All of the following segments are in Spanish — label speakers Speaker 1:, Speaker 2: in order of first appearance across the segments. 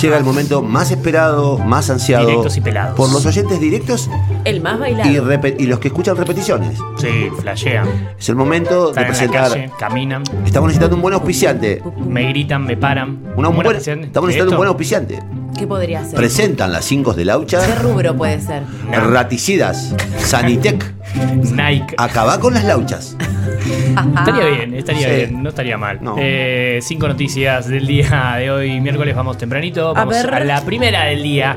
Speaker 1: llega el momento más esperado, más ansiado.
Speaker 2: Directos y pelados.
Speaker 1: Por los oyentes directos
Speaker 3: El más bailado.
Speaker 1: y, repe- y los que escuchan repeticiones.
Speaker 2: Sí, flashean.
Speaker 1: Es el momento de
Speaker 2: Salen a la calle,
Speaker 1: presentar.
Speaker 2: caminan,
Speaker 1: Estamos necesitando un buen auspiciante.
Speaker 2: me gritan, me paran.
Speaker 1: Una- un
Speaker 2: Buenas
Speaker 1: buen-
Speaker 2: canciones.
Speaker 1: estamos
Speaker 2: Sí,
Speaker 1: necesitando un buen
Speaker 2: esto.
Speaker 1: auspiciante.
Speaker 3: ¿Qué podría ser?
Speaker 1: Presentan las 5 de
Speaker 3: ¿Qué
Speaker 1: laucha,
Speaker 3: rubro puede ser?
Speaker 2: Nah.
Speaker 1: raticidas, Sanitec.
Speaker 2: Nike.
Speaker 1: Acabá con las lauchas.
Speaker 2: Estaría bien, estaría
Speaker 1: Sí.
Speaker 2: bien, no estaría mal.
Speaker 1: No.
Speaker 2: Eh, cinco noticias del día de hoy, miércoles vamos tempranito,
Speaker 3: A
Speaker 2: vamos a,
Speaker 3: ver.
Speaker 2: la primera del día.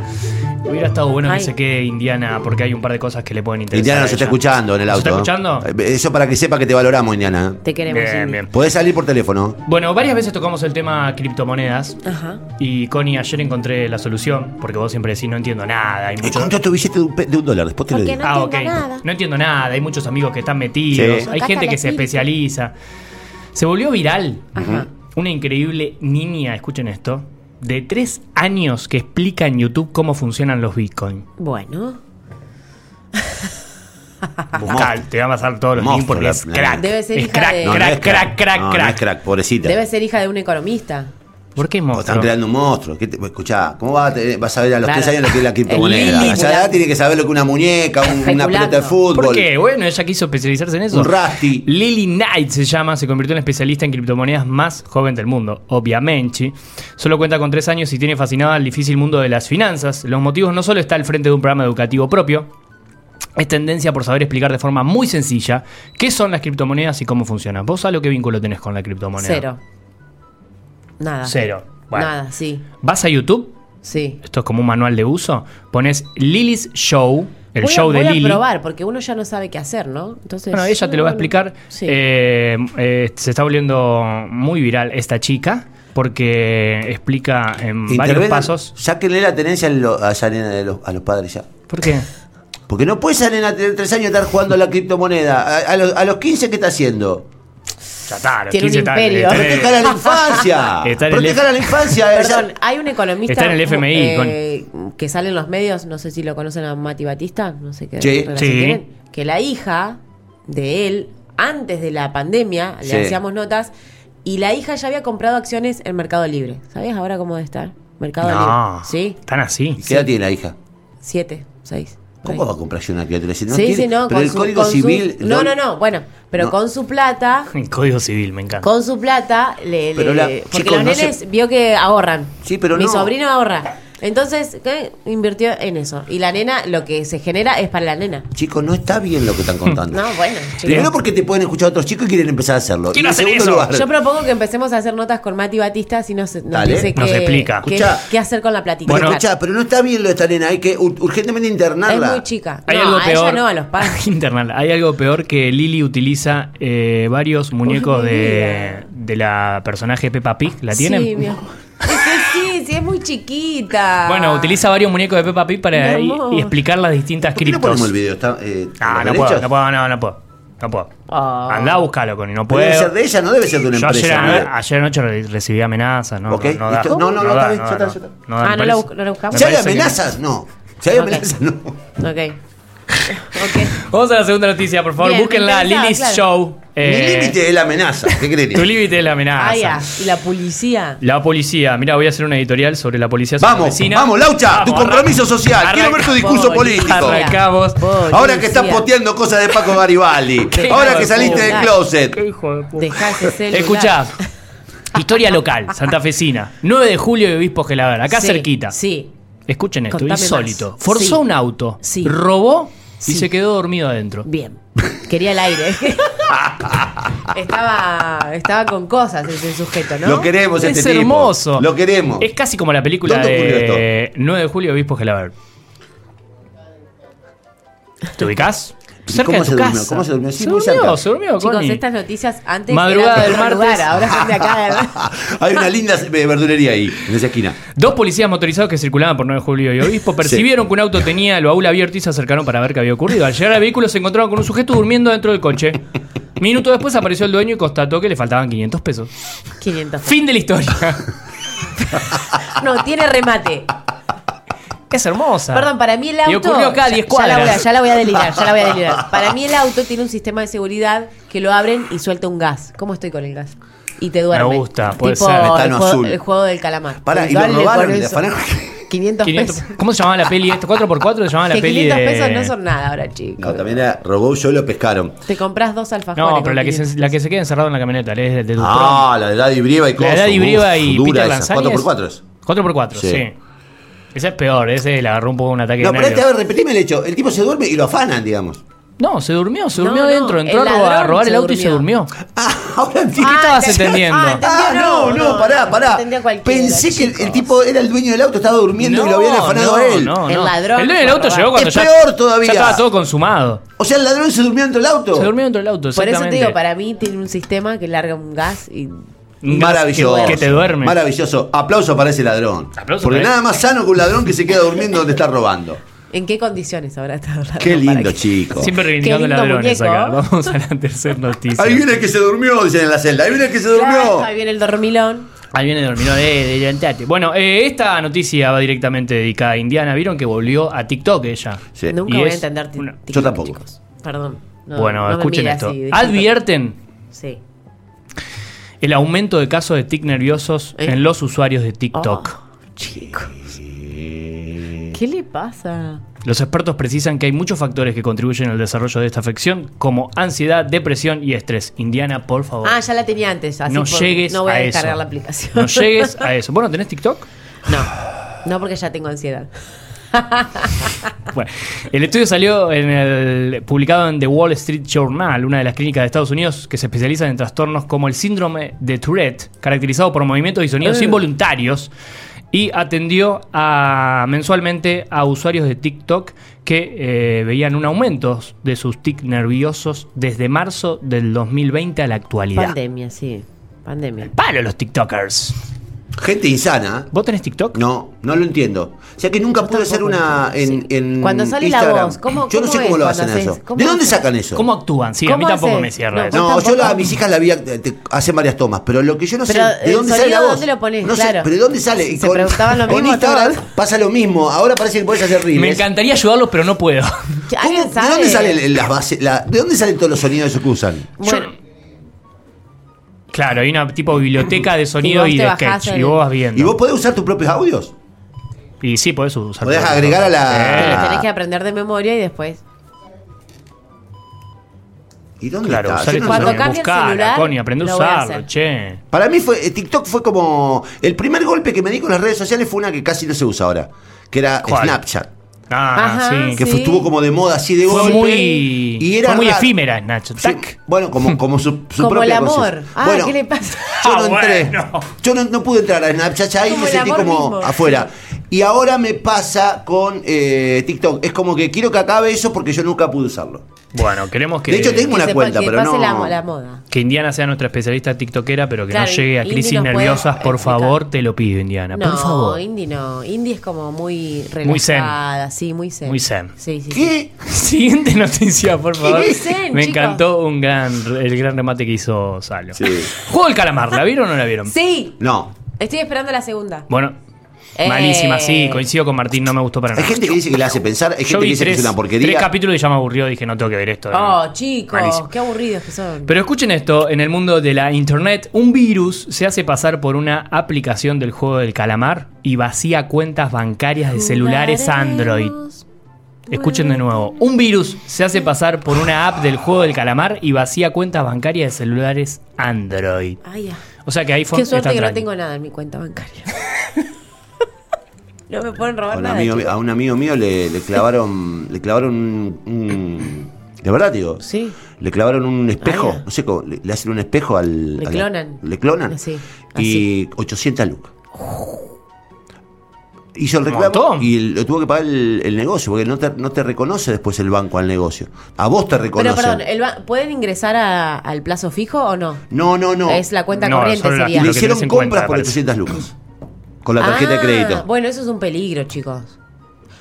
Speaker 2: Hubiera estado bueno
Speaker 3: Ay.
Speaker 2: que se quede Indiana porque hay un par de cosas que le pueden interesar.
Speaker 1: Indiana
Speaker 2: a
Speaker 1: nos está
Speaker 2: ella.
Speaker 1: escuchando en el
Speaker 2: ¿Nos
Speaker 1: auto.
Speaker 2: está
Speaker 1: ¿eh?
Speaker 2: escuchando?
Speaker 1: Eso para que sepa que te valoramos, Indiana.
Speaker 3: Te queremos.
Speaker 2: Bien,
Speaker 3: Indy.
Speaker 2: bien.
Speaker 1: Podés salir por teléfono.
Speaker 2: Bueno, varias veces tocamos el tema criptomonedas
Speaker 3: Ajá.
Speaker 2: y Connie ayer encontré la solución porque vos siempre decís no entiendo nada, hay mucho...
Speaker 1: Encontrá tu billete de un, pe- de un dólar, después te lo
Speaker 4: Porque
Speaker 1: digo.
Speaker 4: No entiendo nada.
Speaker 2: Ah, No entiendo nada, hay muchos amigos que están metidos,
Speaker 1: Sí.
Speaker 2: hay
Speaker 4: Tocaste
Speaker 2: gente
Speaker 4: al
Speaker 2: que se
Speaker 4: espíritu.
Speaker 2: especializa. Se volvió viral
Speaker 3: Ajá.
Speaker 2: una increíble niña, escuchen esto, de tres años que explica en YouTube cómo funcionan los Bitcoin.
Speaker 3: Bueno.
Speaker 2: Buscal, te va a pasar todos los links
Speaker 1: Monstruo,
Speaker 2: porque
Speaker 1: la-
Speaker 2: es crack.
Speaker 3: Debe ser
Speaker 2: es
Speaker 3: hija
Speaker 2: crack,
Speaker 3: de-
Speaker 1: No, no
Speaker 2: crack,
Speaker 1: es
Speaker 2: crack, crack,
Speaker 1: No, no
Speaker 2: crack.
Speaker 1: es crack, pobrecita.
Speaker 3: Debe ser hija de un economista.
Speaker 2: ¿Por qué
Speaker 1: O Están
Speaker 2: monstruo?
Speaker 1: creando un monstruo. ¿Qué te- escuchá, ¿cómo vas a, tener- vas a ver a los
Speaker 3: Claro.
Speaker 1: tres años lo que es la
Speaker 3: El
Speaker 1: criptomoneda?
Speaker 3: límite.
Speaker 1: Allá tiene que saber lo que es una muñeca, un- una
Speaker 3: Especulando.
Speaker 1: pelota de fútbol.
Speaker 2: ¿Por qué? Bueno, ella quiso especializarse en eso.
Speaker 1: Un Rusty.
Speaker 2: Lily Knight se llama, se convirtió en la especialista en criptomonedas más joven del mundo, obviamente. Solo cuenta con tres años y tiene fascinada el difícil mundo de las finanzas. Los motivos no solo está al frente de un programa educativo propio, es tendencia por saber explicar de forma muy sencilla qué son las criptomonedas y cómo funcionan. ¿Vos a lo qué vínculo tenés con la criptomoneda?
Speaker 3: Cero. Nada.
Speaker 2: Cero. Bueno.
Speaker 3: Nada, sí.
Speaker 2: ¿Vas a YouTube?
Speaker 3: Sí.
Speaker 2: Esto es como un manual de uso. Pones Lily's Show, el
Speaker 3: Voy a-
Speaker 2: show de
Speaker 3: voy a
Speaker 2: Lily.
Speaker 3: probar, porque uno ya no sabe qué hacer, ¿no? Entonces.
Speaker 2: Bueno, ella te lo va a explicar.
Speaker 3: Sí.
Speaker 2: Eh, eh, se está volviendo muy viral esta chica porque explica en varios
Speaker 1: Intervengan,
Speaker 2: pasos.
Speaker 1: Sáquenle la tenencia a, lo- a esa nena de los, a los padres ya.
Speaker 2: ¿Por qué?
Speaker 1: Porque no puede esa nena tener tres años y estar jugando a la criptomoneda. A, a los, a los 15, ¿qué está haciendo?
Speaker 2: Ya está, los eh,
Speaker 3: Tiene un
Speaker 2: 15 está-
Speaker 3: imperio.
Speaker 2: está en el-
Speaker 1: Protejan a
Speaker 3: Eh.
Speaker 1: la infancia.
Speaker 2: Está en el
Speaker 1: Protejan a la infancia.
Speaker 3: Perdón,
Speaker 1: Esa-
Speaker 3: hay un economista
Speaker 2: Está en el FMI,
Speaker 3: eh, que sale en los medios, no sé si lo conocen a Mati Batista, no sé qué
Speaker 1: Sí,
Speaker 3: relación
Speaker 2: sí.
Speaker 3: tienen, que la hija de él, antes de la pandemia,
Speaker 1: Sí.
Speaker 3: le hacíamos notas, y la hija ya había comprado acciones en Mercado Libre. ¿Sabías ahora cómo debe estar? Mercado
Speaker 2: No,
Speaker 3: Libre. ¿Sí?
Speaker 2: están así.
Speaker 1: ¿Qué edad tiene la hija?
Speaker 3: Siete, seis. por
Speaker 1: ¿Cómo
Speaker 3: ahí.
Speaker 1: va a comprar yo una criatura? Si
Speaker 3: sí,
Speaker 1: tiene-
Speaker 3: sí, no.
Speaker 1: Pero
Speaker 3: con
Speaker 1: el
Speaker 3: su-
Speaker 1: Código
Speaker 3: con su-
Speaker 1: Civil.
Speaker 3: no, no, no. Bueno, pero
Speaker 1: No.
Speaker 3: con su plata,
Speaker 2: El Código civil, me encanta.
Speaker 3: con su plata, le,
Speaker 1: Pero
Speaker 3: le-
Speaker 1: la-
Speaker 3: porque
Speaker 1: chicos,
Speaker 3: los
Speaker 1: no
Speaker 3: nenes
Speaker 1: se-
Speaker 3: vio que ahorran.
Speaker 1: Sí, pero
Speaker 3: Mi
Speaker 1: no.
Speaker 3: sobrino ahorra. Entonces, ¿qué? invirtió en eso. Y la nena, lo que se genera es para la nena.
Speaker 1: Chicos, no está bien lo que están contando.
Speaker 3: No, bueno. chicos.
Speaker 1: Primero porque te pueden escuchar otros chicos y quieren empezar a hacerlo. Y
Speaker 2: Quiero
Speaker 1: en
Speaker 2: hacer
Speaker 1: segundo
Speaker 2: eso.
Speaker 1: lugar-
Speaker 3: Yo propongo que empecemos a hacer notas con Mati Batista así nos, nos
Speaker 1: Dale.
Speaker 3: dice
Speaker 2: Nos
Speaker 3: qué-
Speaker 2: explica.
Speaker 3: qué,
Speaker 1: Escuchá.
Speaker 3: qué hacer con la platita.
Speaker 1: Pero
Speaker 2: Bueno,
Speaker 1: escuchá, pero no está bien lo de esta nena. Hay que ur- urgentemente internarla.
Speaker 3: es muy chica.
Speaker 2: Hay
Speaker 3: no,
Speaker 2: algo
Speaker 3: a
Speaker 2: peor.
Speaker 3: ella no, a los padres.
Speaker 2: Internal. Hay algo peor que Lily utiliza eh, varios muñecos
Speaker 3: mi
Speaker 2: de, de la personaje Peppa Pig. ¿La tienen?
Speaker 3: Sí, mi amor. Ah. Es que sí, sí, es muy chiquita.
Speaker 2: Bueno, utiliza varios muñecos de Peppa Pig para
Speaker 3: Mi
Speaker 2: y,
Speaker 3: amor.
Speaker 2: y explicar las distintas
Speaker 1: ¿Por qué no
Speaker 2: criptos.
Speaker 1: ponemos el video? ¿Está, eh,
Speaker 2: Ah,
Speaker 1: ¿lo
Speaker 2: no
Speaker 1: han
Speaker 2: puedo,
Speaker 1: hecho?
Speaker 2: no puedo, no, no puedo. No puedo.
Speaker 3: Ah.
Speaker 2: Andá a buscarlo, Connie, no
Speaker 1: Debe ser
Speaker 2: puedo.
Speaker 1: de ella, no debe ser de una
Speaker 2: Yo ayer, ah,
Speaker 1: empresa.
Speaker 2: a- ayer anoche re- recibí amenazas, no,
Speaker 1: Ok,
Speaker 2: no, no da.
Speaker 1: listo. No, no, no,
Speaker 2: da,
Speaker 1: está bien, ya está,
Speaker 2: no,
Speaker 1: ya está.
Speaker 2: no da,
Speaker 3: Ah,
Speaker 2: me
Speaker 3: no la
Speaker 2: parece-
Speaker 3: bu- no la buscamos.
Speaker 2: me
Speaker 1: Si hay
Speaker 2: parece que-
Speaker 1: amenazas, no. Si hay
Speaker 3: Ok.
Speaker 1: amenazas, no.
Speaker 3: Ok. Ok.
Speaker 2: Vamos a la segunda noticia, por favor.
Speaker 3: Bien, me
Speaker 2: Búsquenla,
Speaker 3: interesaba,
Speaker 2: Lily's
Speaker 3: claro.
Speaker 2: Show. Eh,
Speaker 1: Mi límite es la amenaza. ¿Qué crees?
Speaker 2: Tu límite es la amenaza.
Speaker 3: Ah, ya. Y la policía.
Speaker 2: La policía. Mira, voy a hacer una editorial sobre la policía
Speaker 1: Vamos,
Speaker 2: vecina.
Speaker 1: vamos, Laucha, tu
Speaker 2: Vamos,
Speaker 1: compromiso social. Quiero ver tu discurso
Speaker 3: Policía.
Speaker 1: político.
Speaker 2: Arrancamos.
Speaker 3: Policía.
Speaker 1: Ahora que estás poteando cosas de Paco Garibaldi.
Speaker 2: Qué
Speaker 1: Ahora
Speaker 2: hijo
Speaker 1: que
Speaker 2: de
Speaker 1: saliste
Speaker 2: puta.
Speaker 1: del closet.
Speaker 2: Qué hijo de puta.
Speaker 3: Dejá ese celular.
Speaker 2: Escuchá. Historia local, santafesina. 9 de julio y obispo Gelaber, acá
Speaker 3: Sí,
Speaker 2: cerquita.
Speaker 3: Sí.
Speaker 2: Escuchen esto,
Speaker 3: Contame
Speaker 2: insólito.
Speaker 3: más.
Speaker 2: Forzó
Speaker 3: Sí.
Speaker 2: un auto,
Speaker 3: Sí.
Speaker 2: robó y
Speaker 3: Sí.
Speaker 2: se quedó dormido adentro.
Speaker 3: Bien. Quería el aire. estaba, estaba con cosas ese sujeto, ¿no?
Speaker 1: Lo queremos,
Speaker 2: es
Speaker 1: este tipo.
Speaker 2: hermoso.
Speaker 1: Lo queremos.
Speaker 2: Es casi como la película
Speaker 1: ¿Dónde
Speaker 2: de 9 de julio, Obispo Gelaber. ¿Te ubicás?
Speaker 1: ¿Y
Speaker 2: Cerca
Speaker 1: cómo
Speaker 2: de tu
Speaker 1: se durmió?
Speaker 2: casa.
Speaker 1: ¿Cómo se durmió? Sí,
Speaker 2: se,
Speaker 1: muy
Speaker 2: durmió
Speaker 1: cerca.
Speaker 2: se durmió,
Speaker 3: Chicos,
Speaker 2: Connie.
Speaker 3: estas noticias antes
Speaker 2: Madrugada
Speaker 3: eran de
Speaker 2: del
Speaker 3: otro
Speaker 2: martes.
Speaker 3: lugar, ahora son de acá.
Speaker 1: Hay una linda eh, verdulería ahí, en esa esquina.
Speaker 2: Dos policías motorizados que circulaban por 9 de julio y obispo percibieron que un auto tenía el baúl abierto y se acercaron para ver qué había ocurrido. Al llegar al vehículo se encontraron con un sujeto durmiendo dentro del coche. Minuto después apareció el dueño y constató que le faltaban 500 pesos.
Speaker 3: 500.
Speaker 2: Fin de la historia.
Speaker 3: No, tiene remate.
Speaker 2: Es hermosa.
Speaker 3: Perdón, para mí el
Speaker 2: Y
Speaker 3: auto.
Speaker 2: ocurrió acá a
Speaker 3: ya-
Speaker 2: 10
Speaker 3: ya, la voy a,
Speaker 2: cuadras.
Speaker 3: ya la voy a delirar, ya la voy a delirar. Para mí el auto tiene un sistema de seguridad que lo abren y suelta un gas. ¿Cómo estoy con el gas? y te duerme.
Speaker 2: Me gusta, puede
Speaker 3: tipo
Speaker 2: ser.
Speaker 1: Metano
Speaker 3: El juego,
Speaker 1: azul.
Speaker 3: el juego del calamar.
Speaker 1: Pará, y
Speaker 3: Dale,
Speaker 1: lo robaron,
Speaker 3: por
Speaker 1: le
Speaker 3: eso.
Speaker 1: afanaron.
Speaker 3: 500
Speaker 2: 500
Speaker 3: pesos.
Speaker 2: ¿Cómo se llamaba la peli? ¿Este esta? 4x4 se llamaba la
Speaker 3: Que
Speaker 2: peli
Speaker 3: 500
Speaker 2: de...
Speaker 3: pesos no son nada ahora, chicos.
Speaker 1: No, también era robó yo lo pescaron.
Speaker 3: Te compras dos alfajores.
Speaker 2: No,
Speaker 3: con
Speaker 2: pero la que,
Speaker 3: 500
Speaker 2: se, la que se queda encerrada en la camioneta, la de, de Dutrón.
Speaker 1: Ah, la de Daddy Brieva y
Speaker 2: la de Daddy
Speaker 1: Uf,
Speaker 2: Brieva y
Speaker 1: dura
Speaker 2: Peter
Speaker 1: esa,
Speaker 2: Lanzani.
Speaker 1: 4x4 es.
Speaker 2: 4x4, sí.
Speaker 1: Sí.
Speaker 2: Esa es peor, ese le agarró un poco un ataque
Speaker 1: No,
Speaker 2: de
Speaker 1: pero este, a
Speaker 2: nervios.
Speaker 1: ver, repetime el hecho. El tipo se duerme y lo afanan, digamos.
Speaker 2: No, se durmió, se
Speaker 3: No,
Speaker 2: durmió
Speaker 3: no,
Speaker 2: adentro,
Speaker 3: el
Speaker 2: entró a robar, a
Speaker 3: ladrón
Speaker 2: robar el
Speaker 3: se
Speaker 2: auto y se durmió.
Speaker 1: Ah, ahora entiendo.
Speaker 2: ¿Qué estabas entendiendo?
Speaker 3: ah, entendió,
Speaker 1: Ah, no, no, pará, pará.
Speaker 3: entendía cualquiera,
Speaker 1: Pensé que el, el
Speaker 3: chicos.
Speaker 1: tipo era el dueño del auto, estaba durmiendo y lo habían afanado
Speaker 2: no,
Speaker 1: a él.
Speaker 2: no,
Speaker 3: El
Speaker 2: no.
Speaker 3: ladrón
Speaker 2: El dueño del
Speaker 3: fue a
Speaker 2: auto
Speaker 3: robar.
Speaker 2: llegó cuando
Speaker 1: Es
Speaker 2: ya,
Speaker 1: peor todavía.
Speaker 2: ya estaba todo consumado.
Speaker 1: O sea, el ladrón se durmió dentro del auto.
Speaker 2: Se durmió dentro del auto,
Speaker 3: Por eso te digo,
Speaker 2: exactamente.
Speaker 3: para mí tiene un sistema que larga un gas y.
Speaker 1: Mm,
Speaker 2: Un gas
Speaker 1: Maravilloso.
Speaker 2: Que, que te duerme.
Speaker 1: Maravilloso. Aplauso para ese ladrón.
Speaker 2: Aplauso
Speaker 1: Porque
Speaker 2: para
Speaker 1: nada
Speaker 2: él.
Speaker 1: más sano que un ladrón que se queda durmiendo donde está robando.
Speaker 3: ¿En qué condiciones habrá estado hablando?
Speaker 1: Qué
Speaker 3: Para
Speaker 1: lindo,
Speaker 3: que-
Speaker 1: chico.
Speaker 2: Siempre reivindicando
Speaker 3: lindo
Speaker 2: ladrones
Speaker 3: muñeco.
Speaker 2: acá. Vamos a la tercera noticia.
Speaker 1: Ahí viene el que se durmió, dicen en la celda. Ahí viene el que se durmió.
Speaker 3: Claro, ahí viene el dormilón.
Speaker 2: Ahí viene dormido de, de levantate. Bueno, eh, esta noticia va directamente dedicada a Indiana. ¿Vieron que volvió a TikTok ella?
Speaker 1: Sí.
Speaker 3: Nunca
Speaker 2: Y
Speaker 3: voy a
Speaker 2: es
Speaker 3: entender. ti-
Speaker 2: una-
Speaker 3: ti-
Speaker 1: Yo tampoco.
Speaker 3: chicos. Perdón. No,
Speaker 2: bueno,
Speaker 3: no me
Speaker 2: escuchen
Speaker 3: mire
Speaker 2: esto.
Speaker 3: así, disculpe.
Speaker 2: Advierten
Speaker 3: Sí.
Speaker 2: el aumento de casos de tic nerviosos
Speaker 3: ¿Eh?
Speaker 2: en los usuarios de TikTok.
Speaker 3: Oh, chicos. ¿Qué le pasa?
Speaker 2: Los expertos precisan que hay muchos factores que contribuyen al desarrollo de esta afección, como ansiedad, depresión y estrés. Indiana, por favor.
Speaker 3: Ah, ya la tenía antes. Así
Speaker 2: no
Speaker 3: por-
Speaker 2: llegues
Speaker 3: No voy a,
Speaker 2: eso.
Speaker 3: descargar la aplicación.
Speaker 2: No llegues a eso. Bueno, ¿tenés TikTok?
Speaker 3: No, no porque ya tengo ansiedad.
Speaker 2: Bueno, el estudio salió en el, publicado en The Wall Street Journal, una de las clínicas de Estados Unidos que se especializa en trastornos como el síndrome de Tourette, caracterizado por movimientos y sonidos
Speaker 3: Eh.
Speaker 2: involuntarios, y atendió a, mensualmente a usuarios de TikTok que eh, veían un aumento de sus tic nerviosos desde marzo del 2020 a la actualidad.
Speaker 3: Pandemia, sí. Pandemia.
Speaker 2: Palo los TikTokers.
Speaker 1: Gente insana.
Speaker 2: ¿Vos tenés TikTok?
Speaker 1: No, no lo entiendo. O sea que nunca
Speaker 3: Yo
Speaker 1: pude hacer
Speaker 3: tampoco
Speaker 1: una
Speaker 3: lo
Speaker 1: en,
Speaker 3: entiendo, sí.
Speaker 1: en
Speaker 3: Cuando sale la
Speaker 1: Instagram.
Speaker 3: voz, ¿cómo-
Speaker 1: Yo no
Speaker 3: cómo
Speaker 1: sé
Speaker 3: es
Speaker 1: cómo lo
Speaker 3: cuando
Speaker 1: hacen
Speaker 3: haces?
Speaker 1: eso.
Speaker 3: ¿Cómo
Speaker 1: ¿De dónde
Speaker 3: haces?
Speaker 1: sacan eso?
Speaker 2: ¿Cómo actúan? Sí, a mí
Speaker 3: ¿Cómo
Speaker 2: tampoco
Speaker 3: haces?
Speaker 2: me cierra
Speaker 3: No,
Speaker 2: eso.
Speaker 1: No, yo
Speaker 3: Tampoco.
Speaker 1: la- a mis hijas la vi eh, te- hacen varias tomas, pero lo que yo no
Speaker 3: Pero,
Speaker 1: sé, ¿de
Speaker 3: el
Speaker 1: dónde sale la
Speaker 3: sonido,
Speaker 1: voz?
Speaker 3: ¿dónde lo ponés?
Speaker 1: No sé,
Speaker 3: Claro.
Speaker 1: pero ¿de dónde sale?
Speaker 3: Si
Speaker 1: Y
Speaker 3: te preguntaban lo
Speaker 1: con
Speaker 3: mismo,
Speaker 1: Instagram
Speaker 3: todo-
Speaker 1: pasa lo mismo. Ahora parece que podés hacer reels.
Speaker 2: Me encantaría ayudarlos, pero no puedo.
Speaker 1: ¿Cómo-
Speaker 3: ¿Alguien
Speaker 1: ¿De
Speaker 3: sabe?
Speaker 1: dónde salen el- las bases? la- ¿De dónde salen todos los sonidos esos que usan?
Speaker 3: Bueno,
Speaker 2: Claro, hay una tipo biblioteca de sonido
Speaker 3: vos
Speaker 2: y,
Speaker 3: te
Speaker 2: de
Speaker 3: bajás
Speaker 2: sketch.
Speaker 3: el-
Speaker 2: Y vos vas viendo.
Speaker 1: ¿Y vos podés usar tus propios audios?
Speaker 2: Y sí, podés usar.
Speaker 1: Podés
Speaker 2: todo.
Speaker 1: agregar a
Speaker 3: pero
Speaker 1: la-
Speaker 2: Eh,
Speaker 3: los tenés que aprender de memoria y después.
Speaker 1: ¿Y dónde
Speaker 2: claro,
Speaker 1: está?
Speaker 2: usar
Speaker 1: Yo
Speaker 2: el
Speaker 1: no
Speaker 3: Cuando
Speaker 1: sé.
Speaker 2: celular.
Speaker 3: cambie el
Speaker 2: Buscala,
Speaker 3: celular,
Speaker 2: Connie, aprende a
Speaker 3: lo voy a
Speaker 2: usarlo,
Speaker 3: hacer.
Speaker 2: che.
Speaker 1: Para mí fue eh, TikTok fue como el primer golpe que me di con las redes sociales fue una que casi no se usa ahora, que era
Speaker 2: ¿Cuál?
Speaker 1: Snapchat,
Speaker 2: Ah,
Speaker 3: Ajá,
Speaker 2: sí.
Speaker 1: que
Speaker 3: sí.
Speaker 1: fue- estuvo como de moda así de
Speaker 2: Fue
Speaker 1: golpe
Speaker 2: muy,
Speaker 1: y era
Speaker 2: fue muy
Speaker 1: raro.
Speaker 2: efímera, Nacho.
Speaker 1: Sí,
Speaker 2: Tac.
Speaker 1: bueno, como como su, su
Speaker 3: Como el
Speaker 1: propia
Speaker 3: amor.
Speaker 1: conciencia.
Speaker 3: Ah,
Speaker 1: Bueno,
Speaker 3: ¿qué le pasa?
Speaker 1: Yo
Speaker 2: Ah,
Speaker 1: no entré.
Speaker 2: bueno.
Speaker 1: Yo no, no pude entrar a Snapchat ahí
Speaker 3: Como
Speaker 1: me
Speaker 3: el
Speaker 1: sentí
Speaker 3: amor
Speaker 1: como
Speaker 3: mismo.
Speaker 1: afuera. Y ahora me pasa con eh, TikTok. Es como que quiero que acabe eso porque yo nunca pude usarlo.
Speaker 2: Bueno, queremos que,
Speaker 1: De hecho, tengo
Speaker 3: Que
Speaker 1: una
Speaker 3: sepa-
Speaker 1: cuenta,
Speaker 3: que
Speaker 1: pero
Speaker 3: pase
Speaker 1: no.
Speaker 3: la, la moda.
Speaker 2: que Indiana sea nuestra especialista tiktokera, pero que
Speaker 3: Claro,
Speaker 2: no llegue a
Speaker 3: Indy
Speaker 2: crisis
Speaker 3: nos puede
Speaker 2: nerviosas, por
Speaker 3: explicar.
Speaker 2: favor, te lo pido, Indiana.
Speaker 3: No,
Speaker 2: Ah, por favor.
Speaker 3: Indy no. Indy es como muy relajada.
Speaker 2: Muy zen.
Speaker 3: Sí, muy zen.
Speaker 2: Muy zen.
Speaker 3: Sí, sí, sí.
Speaker 1: ¿Qué?
Speaker 2: Siguiente noticia, por favor.
Speaker 3: ¿Qué dicen,
Speaker 2: Me
Speaker 3: chicos?
Speaker 2: encantó un gran, el gran remate que hizo Salo.
Speaker 1: Sí.
Speaker 2: Juego del calamar, ¿la vieron o no la vieron?
Speaker 3: Sí,
Speaker 1: No.
Speaker 3: estoy esperando la segunda.
Speaker 2: Bueno,
Speaker 3: Eh.
Speaker 2: malísima, sí, coincido con Martín, no me gustó para
Speaker 1: Hay
Speaker 2: nada.
Speaker 1: gente que dice que la hace pensar, hay
Speaker 2: Yo
Speaker 1: gente que
Speaker 2: vi
Speaker 1: dice que
Speaker 2: tres,
Speaker 1: es una
Speaker 2: tres
Speaker 1: porquería.
Speaker 2: capítulos y ya me aburrió, dije, no tengo que ver esto. de nuevo.
Speaker 3: Oh, chicos,
Speaker 2: Malísimo.
Speaker 3: qué aburridos que son.
Speaker 2: Pero escuchen esto, en el mundo de la internet, un virus se hace pasar por una aplicación del juego del calamar y vacía cuentas bancarias de celulares Android. Escuchen de nuevo, un virus se hace pasar por una app del juego del calamar y vacía cuentas bancarias de celulares Android.
Speaker 3: Ay, ya.
Speaker 2: O sea que iPhone
Speaker 3: Qué
Speaker 2: está
Speaker 3: suerte que no
Speaker 2: tranqui.
Speaker 3: tengo nada en mi cuenta bancaria. no me pueden robar
Speaker 1: A un
Speaker 3: nada.
Speaker 1: amigo,
Speaker 3: chicos.
Speaker 1: a un amigo mío le, le clavaron, le clavaron un, un- de verdad digo,
Speaker 3: Sí.
Speaker 1: le clavaron un espejo,
Speaker 3: Ah, ya.
Speaker 1: no sé cómo, le, le hacen un espejo al,
Speaker 3: Le
Speaker 1: al-
Speaker 3: clonan. Ah,
Speaker 1: le clonan,
Speaker 3: Así,
Speaker 1: y 800 lucas. Hizo el
Speaker 2: Un
Speaker 1: reclamo
Speaker 2: montón.
Speaker 1: y lo tuvo que pagar el, el negocio, porque no te, no te reconoce después el banco al negocio. A vos te reconoce.
Speaker 3: Pero perdón, eh, ¿el ba- ¿pueden ingresar a- al plazo fijo o no?
Speaker 1: no, no, no.
Speaker 3: Es la cuenta
Speaker 2: No,
Speaker 3: corriente
Speaker 2: solo la-
Speaker 1: Y
Speaker 3: sería.
Speaker 2: lo
Speaker 1: le
Speaker 2: que
Speaker 1: hicieron
Speaker 2: tenés en
Speaker 1: compras
Speaker 2: cuenta,
Speaker 1: por
Speaker 2: parece.
Speaker 1: 800 lucas. Con la tarjeta
Speaker 3: Ah,
Speaker 1: de crédito.
Speaker 3: Bueno, eso es un peligro, chicos.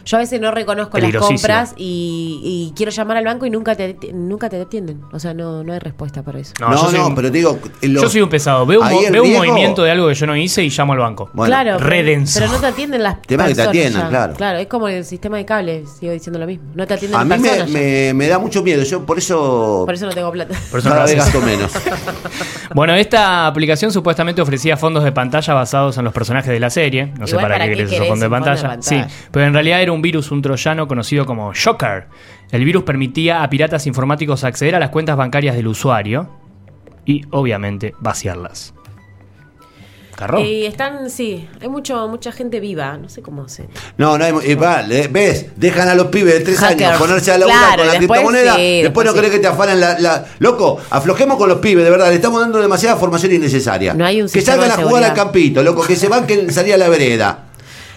Speaker 3: Yo a veces no reconozco las
Speaker 2: Peligrosísimo.
Speaker 3: compras y, y quiero llamar al banco y nunca te, nunca te atienden. O sea, no, no hay respuesta para eso.
Speaker 1: No, no,
Speaker 2: yo soy un-
Speaker 1: pero te digo.
Speaker 2: Yo soy un pesado. Veo, un,
Speaker 1: ahí
Speaker 2: mo-
Speaker 1: el
Speaker 2: veo un
Speaker 1: riesgo-
Speaker 2: movimiento de algo que yo no hice y llamo al banco.
Speaker 1: Bueno,
Speaker 3: claro, pero-
Speaker 2: redenso.
Speaker 3: pero no te atienden las
Speaker 1: Tema que te
Speaker 3: personas
Speaker 1: atiendan,
Speaker 3: ya.
Speaker 1: claro.
Speaker 3: es como el sistema de cable, sigo diciendo lo mismo. No te atienden
Speaker 1: A mí
Speaker 3: las
Speaker 1: me,
Speaker 3: personas. ya.
Speaker 1: me, me da mucho miedo. Yo por eso.
Speaker 3: Por eso no tengo plata.
Speaker 2: Por eso no
Speaker 1: cada
Speaker 2: lo
Speaker 1: vez
Speaker 2: haces.
Speaker 1: gasto menos.
Speaker 2: Bueno, esta aplicación supuestamente ofrecía fondos de pantalla basados en los personajes de la serie. No sé
Speaker 3: Igual,
Speaker 2: para,
Speaker 3: ¿para
Speaker 2: qué
Speaker 3: qué
Speaker 2: querés esos
Speaker 3: querés
Speaker 2: fondos de
Speaker 3: un fondo
Speaker 2: pantalla.
Speaker 3: de
Speaker 2: Sí,
Speaker 3: pantalla?
Speaker 2: pero en realidad era un virus, un troyano conocido como Shocker. El virus permitía a piratas informáticos acceder a las cuentas bancarias del usuario y, obviamente, vaciarlas.
Speaker 3: Eh,
Speaker 2: Carro.
Speaker 3: Y están, sí, hay mucho, mucha gente viva, no sé cómo se.
Speaker 1: No, no hay. y va, le- ¿Ves? Dejan a los pibes de 3
Speaker 3: Hackers.
Speaker 1: años ponerse a laburar
Speaker 3: Claro,
Speaker 1: con la
Speaker 3: después
Speaker 1: criptomoneda.
Speaker 3: sí,
Speaker 1: después
Speaker 3: después
Speaker 1: no
Speaker 3: sí.
Speaker 1: querés que te afanen la, la- Loco, aflojemos con los pibes, de verdad. Le estamos dando demasiada formación innecesaria.
Speaker 3: No hay un
Speaker 1: que
Speaker 3: sistema
Speaker 1: salgan
Speaker 3: de
Speaker 1: a jugar al
Speaker 3: seguridad.
Speaker 1: campito, loco. Que se banquen salir a la vereda.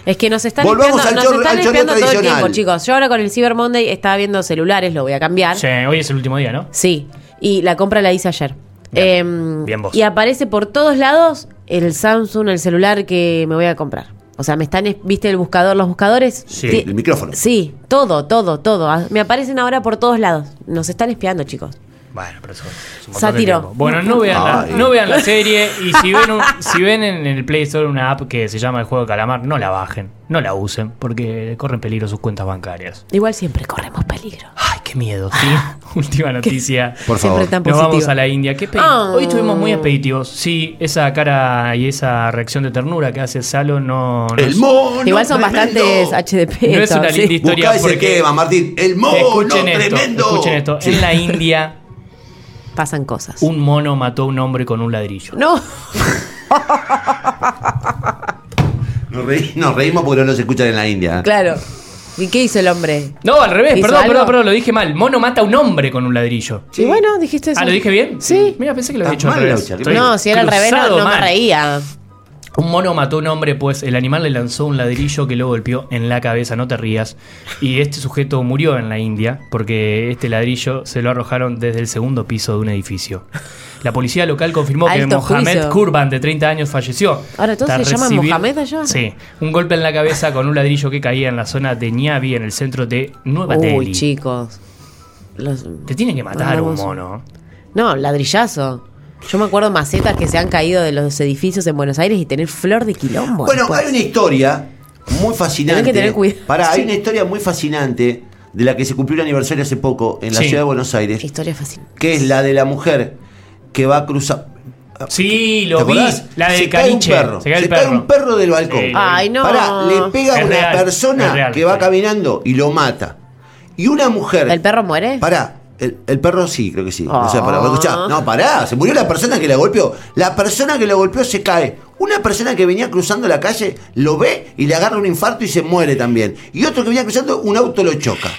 Speaker 3: Es que nos están
Speaker 1: Volvamos
Speaker 3: limpiando-
Speaker 1: al
Speaker 3: nos
Speaker 1: chorro-
Speaker 3: están
Speaker 1: al chorro
Speaker 3: limpiando todo el
Speaker 1: tradicional.
Speaker 3: tiempo, chicos. Yo ahora con el Cyber Monday estaba viendo celulares, lo voy a cambiar.
Speaker 2: Sí, hoy es el último día, ¿no?
Speaker 3: Sí, y la compra la hice ayer.
Speaker 2: Bien,
Speaker 3: Eh,
Speaker 2: bien vos.
Speaker 3: Y aparece por todos lados el Samsung, el celular que me voy a comprar. O sea, me están, es- viste el buscador, los buscadores.
Speaker 2: Sí,
Speaker 3: Ti-
Speaker 1: El micrófono.
Speaker 3: Sí, todo, todo, todo. Ah, Me aparecen ahora por todos lados. Nos están espiando, chicos.
Speaker 2: Bueno, pero eso es un montón de
Speaker 3: Sátiro.
Speaker 2: tiempo. Bueno, no vean, la,
Speaker 1: Ay.
Speaker 2: no vean la serie y si ven, un- si ven en el Play Store una app que se llama El Juego de Calamar, no la bajen, no la usen, porque corren peligro sus cuentas bancarias.
Speaker 3: Igual siempre corremos peligro.
Speaker 2: Ay, qué miedo, ¿sí? Última noticia.
Speaker 1: Por
Speaker 3: siempre
Speaker 1: favor.
Speaker 3: tan
Speaker 2: Nos
Speaker 3: positivo.
Speaker 2: vamos a la India. Qué pena.
Speaker 3: Ah.
Speaker 2: Hoy estuvimos muy expeditivos. Sí, esa cara y esa reacción de ternura que hace Salo no, no
Speaker 1: El
Speaker 2: es,
Speaker 1: mono.
Speaker 3: Igual son
Speaker 1: tremendo.
Speaker 3: bastantes HDP.
Speaker 2: no es una
Speaker 3: sí.
Speaker 2: linda historia.
Speaker 1: Buscá ese
Speaker 2: porque-
Speaker 1: tema, Martín. El mono.
Speaker 2: escuchen esto,
Speaker 1: tremendo.
Speaker 2: escuchen esto.
Speaker 1: Sí.
Speaker 2: En la India,
Speaker 3: Pasan cosas.
Speaker 2: un mono mató a un hombre con un ladrillo.
Speaker 3: No.
Speaker 1: Nos, reí- nos reímos porque no nos escuchan en la India.
Speaker 3: Claro. ¿Y qué hizo el hombre?
Speaker 2: No, al revés,
Speaker 3: ¿Hizo
Speaker 2: perdón,
Speaker 3: algo?
Speaker 2: perdón, perdón, lo dije mal. Mono mata a un hombre con un ladrillo.
Speaker 1: Sí.
Speaker 3: Y bueno, dijiste eso.
Speaker 2: Ah, ¿lo dije bien?
Speaker 3: Sí.
Speaker 2: Mira, pensé que lo había
Speaker 1: Estás
Speaker 2: dicho al
Speaker 1: mal,
Speaker 2: revés.
Speaker 1: Laucha,
Speaker 2: Estoy
Speaker 3: no, si era al revés, no,
Speaker 2: cruzado
Speaker 3: no me
Speaker 2: mal.
Speaker 3: reía.
Speaker 2: Un mono mató a un hombre, pues el animal le lanzó un ladrillo que lo golpeó en la cabeza, no te rías. Y este sujeto murió en la India porque este ladrillo se lo arrojaron desde el segundo piso de un edificio. La policía local confirmó que
Speaker 3: Alto
Speaker 2: Mohamed
Speaker 3: juicio.
Speaker 2: Kurban, de 30 años, falleció.
Speaker 3: Ahora, ¿todos
Speaker 2: tras
Speaker 3: se llaman
Speaker 2: recibir-
Speaker 3: Mohamed allá?
Speaker 2: Sí, un golpe en la cabeza con un ladrillo que caía en la zona de Ñabi, en el centro de Nueva
Speaker 3: Uy,
Speaker 2: Delhi.
Speaker 3: chicos. Los-
Speaker 2: Te tienen que matar un
Speaker 3: Hablamos-
Speaker 2: mono.
Speaker 3: No, ladrillazo. Yo me acuerdo macetas que se han caído de los edificios en Buenos Aires y tener flor de quilombo.
Speaker 1: Bueno,
Speaker 3: después.
Speaker 1: hay una historia muy fascinante.
Speaker 3: pues. Tenés que tener cuidado.
Speaker 1: Pará, hay
Speaker 3: Sí.
Speaker 1: una historia muy fascinante de la que se cumplió el aniversario hace poco en la
Speaker 2: Sí.
Speaker 1: ciudad de Buenos Aires,
Speaker 3: Historia fascinante.
Speaker 1: que es la de la mujer que va a cruzar.
Speaker 2: Sí,
Speaker 1: Ah, ¿Te
Speaker 2: lo vi.
Speaker 1: acordás?
Speaker 2: La del
Speaker 1: se cae un
Speaker 2: caniche.
Speaker 1: perro.
Speaker 2: Se cae el
Speaker 1: cae un perro del balcón.
Speaker 2: Sí, lo vi.
Speaker 3: Ay, no.
Speaker 1: Pará, le pega a
Speaker 2: Es
Speaker 1: una
Speaker 2: real, es
Speaker 1: persona
Speaker 2: real.
Speaker 1: que va caminando y lo mata. Y una mujer.
Speaker 3: ¿El perro muere?
Speaker 1: Pará. El, el perro sí, creo que sí. O sea, pará,
Speaker 3: Ah.
Speaker 1: escuchá. No, pará. Se murió la persona que la golpeó. La persona que la golpeó se cae. Una persona que venía cruzando la calle lo ve y le agarra un infarto y se muere también. Y otro que venía cruzando, un auto lo choca.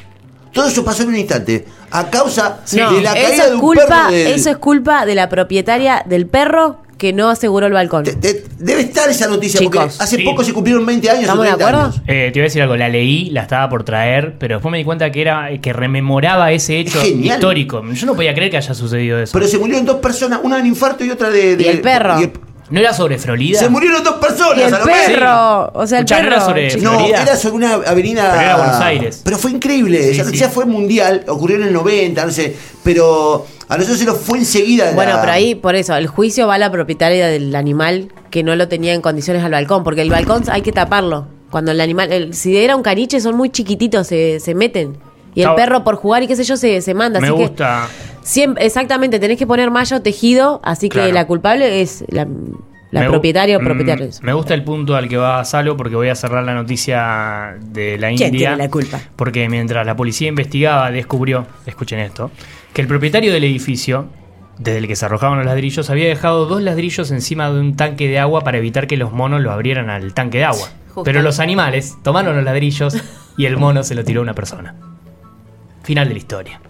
Speaker 1: Todo eso pasó en un instante. A causa
Speaker 3: No,
Speaker 1: de la
Speaker 3: eso,
Speaker 1: caída
Speaker 3: es
Speaker 1: de un
Speaker 3: culpa,
Speaker 1: perro. del-
Speaker 3: eso es culpa de la propietaria del perro que no aseguró el balcón.
Speaker 1: Te- te- debe estar esa noticia
Speaker 3: Chicos.
Speaker 1: porque hace
Speaker 2: Sí.
Speaker 1: poco se cumplieron 20 años.
Speaker 3: ¿Estamos
Speaker 1: o
Speaker 3: de
Speaker 1: 30
Speaker 3: acuerdo?
Speaker 1: años.
Speaker 2: Eh, te iba a decir algo, la leí, la estaba por traer, pero después me di cuenta que era que rememoraba ese hecho
Speaker 1: genial.
Speaker 2: histórico. Yo no podía creer que haya sucedido eso.
Speaker 1: Pero se murieron dos personas, una de un infarto y otra de. de-
Speaker 3: Y el perro.
Speaker 2: ¿No era sobre Florida?
Speaker 1: se murieron dos personas.
Speaker 3: Y el
Speaker 1: a lo mejor.
Speaker 3: perro. O sea, el
Speaker 2: Escuchá, no era
Speaker 3: perro.
Speaker 2: sobre-
Speaker 3: chicos.
Speaker 1: No,
Speaker 2: Florida.
Speaker 1: era sobre una avenida.
Speaker 2: Pero era Buenos Aires.
Speaker 1: Pero fue increíble.
Speaker 2: Sí,
Speaker 1: esa
Speaker 2: sí.
Speaker 1: noticia fue mundial, ocurrió en el 90, no sé. Pero a nosotros se nos fue enseguida. la-
Speaker 3: Bueno, pero ahí, por eso, el juicio va a la propietaria del animal que no lo tenía en condiciones al balcón, porque el balcón hay que taparlo. Cuando el animal, el- si era un caniche, son muy chiquititos, se, se meten. Y el
Speaker 2: Chao.
Speaker 3: perro por jugar y qué sé yo se, se manda.
Speaker 2: me
Speaker 3: así
Speaker 2: gusta.
Speaker 3: Que siempre, exactamente, tenés que poner malla o tejido, así que
Speaker 2: Claro.
Speaker 3: la culpable es la, la
Speaker 2: Me gu-
Speaker 3: propietaria o
Speaker 2: Mm,
Speaker 3: propietario.
Speaker 2: Me gusta el punto al que va Salo porque voy a cerrar la noticia de la
Speaker 3: ¿Quién
Speaker 2: India.
Speaker 3: tiene la culpa?
Speaker 2: Porque mientras la policía investigaba, descubrió, escuchen esto, que el propietario del edificio, desde el que se arrojaban los ladrillos, había dejado dos ladrillos encima de un tanque de agua para evitar que los monos lo abrieran al tanque de agua.
Speaker 3: Justo.
Speaker 2: Pero los animales tomaron los ladrillos y el mono se lo tiró a una persona. Final de la historia.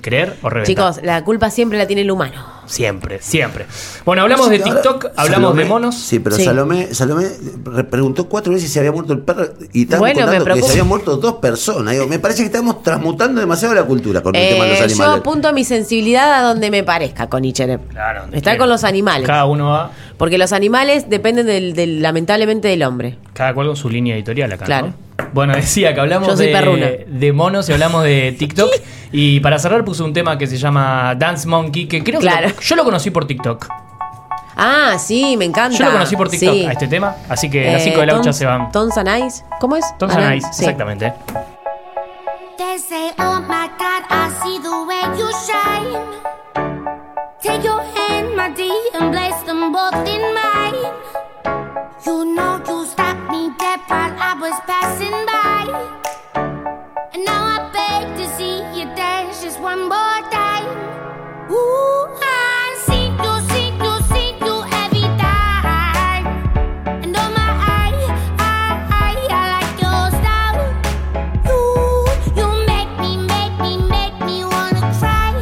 Speaker 2: ¿Creer o reventar?
Speaker 3: Chicos, la culpa siempre la tiene el humano.
Speaker 2: Siempre, siempre. Bueno, hablamos de
Speaker 1: Sí, ahora-
Speaker 2: TikTok, hablamos
Speaker 1: Salomé-
Speaker 2: de monos.
Speaker 1: Sí, pero
Speaker 3: Sí.
Speaker 1: Salomé, Salomé re- preguntó cuatro veces si había muerto el perro y están
Speaker 3: Bueno, me
Speaker 1: contando que se
Speaker 3: preocupa.
Speaker 1: habían muerto dos personas. Digo, me parece que estamos transmutando demasiado la cultura con el tema de los
Speaker 3: Eh, yo
Speaker 1: animales.
Speaker 3: apunto mi sensibilidad a donde me parezca con Ichere.
Speaker 2: Claro, donde
Speaker 3: Está
Speaker 2: quiera.
Speaker 3: con los animales.
Speaker 2: Cada uno va,
Speaker 3: Porque los animales dependen del, del- lamentablemente del hombre.
Speaker 2: cada cual con su línea editorial acá.
Speaker 3: Claro.
Speaker 2: ¿no? Bueno, decía que hablamos
Speaker 3: Yo soy perruna.
Speaker 2: de, de monos y hablamos de TikTok. y para cerrar puse un tema que se llama Dance Monkey, que creo
Speaker 3: Claro.
Speaker 2: que lo- yo lo conocí por TikTok.
Speaker 3: Ah, sí, me encanta.
Speaker 2: Yo lo conocí por TikTok
Speaker 3: Sí.
Speaker 2: a este tema, así que las
Speaker 3: Eh,
Speaker 2: 5 de la
Speaker 3: Tom-
Speaker 2: hucha se van.
Speaker 3: Tons and Ice. ¿Cómo es?
Speaker 2: Tom
Speaker 3: Ah,
Speaker 2: Sanais,
Speaker 3: sí.
Speaker 2: exactamente.
Speaker 4: They say, oh my God, I see the way you shine. Take your hand, my dear, and place them both in mine. You know you stopped me dead while I was passing by. And now I beg to see you dance just one more time. Ooh, I see you, see you, see you every time. And oh my, I, I, I, I like your style. You, you make me, make me, make me wanna cry.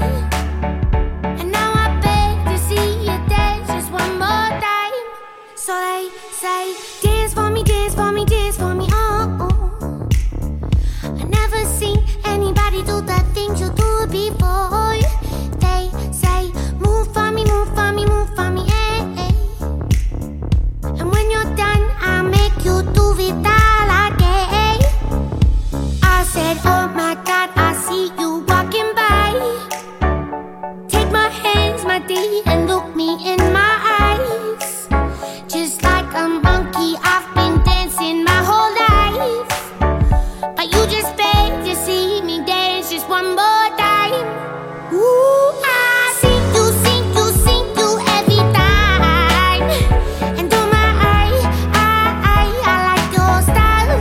Speaker 4: And now I beg to see you dance just one more time. So they say, dance for me, dance for me, dance for me, oh. oh. I never seen anybody do the things you do before. They say, move for me, move for me, move for me, eh, eh. And when you're done, I make you do it all again. I said, Oh my god, I see you walking by. Take my hands, my dear, and look me in my eyes. Just like a monkey, I've been dancing my whole life. But you just beg to see me dance just one more time. Ooh, I see you, see you, see you every time. And oh my, I, I, I like your style.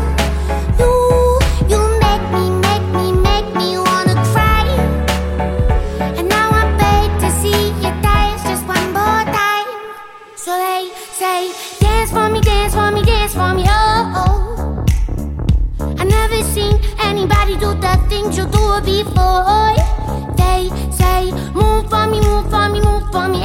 Speaker 4: You, you make me, make me, make me wanna cry. And now I beg to see you dance just one more time. So they say, dance for me, dance for me, dance for me, oh. oh. I never seen anybody do the things you do before. They say, move for me, eh, move for me, move for me, oh, eh, ah. oh, eh." oh, eh,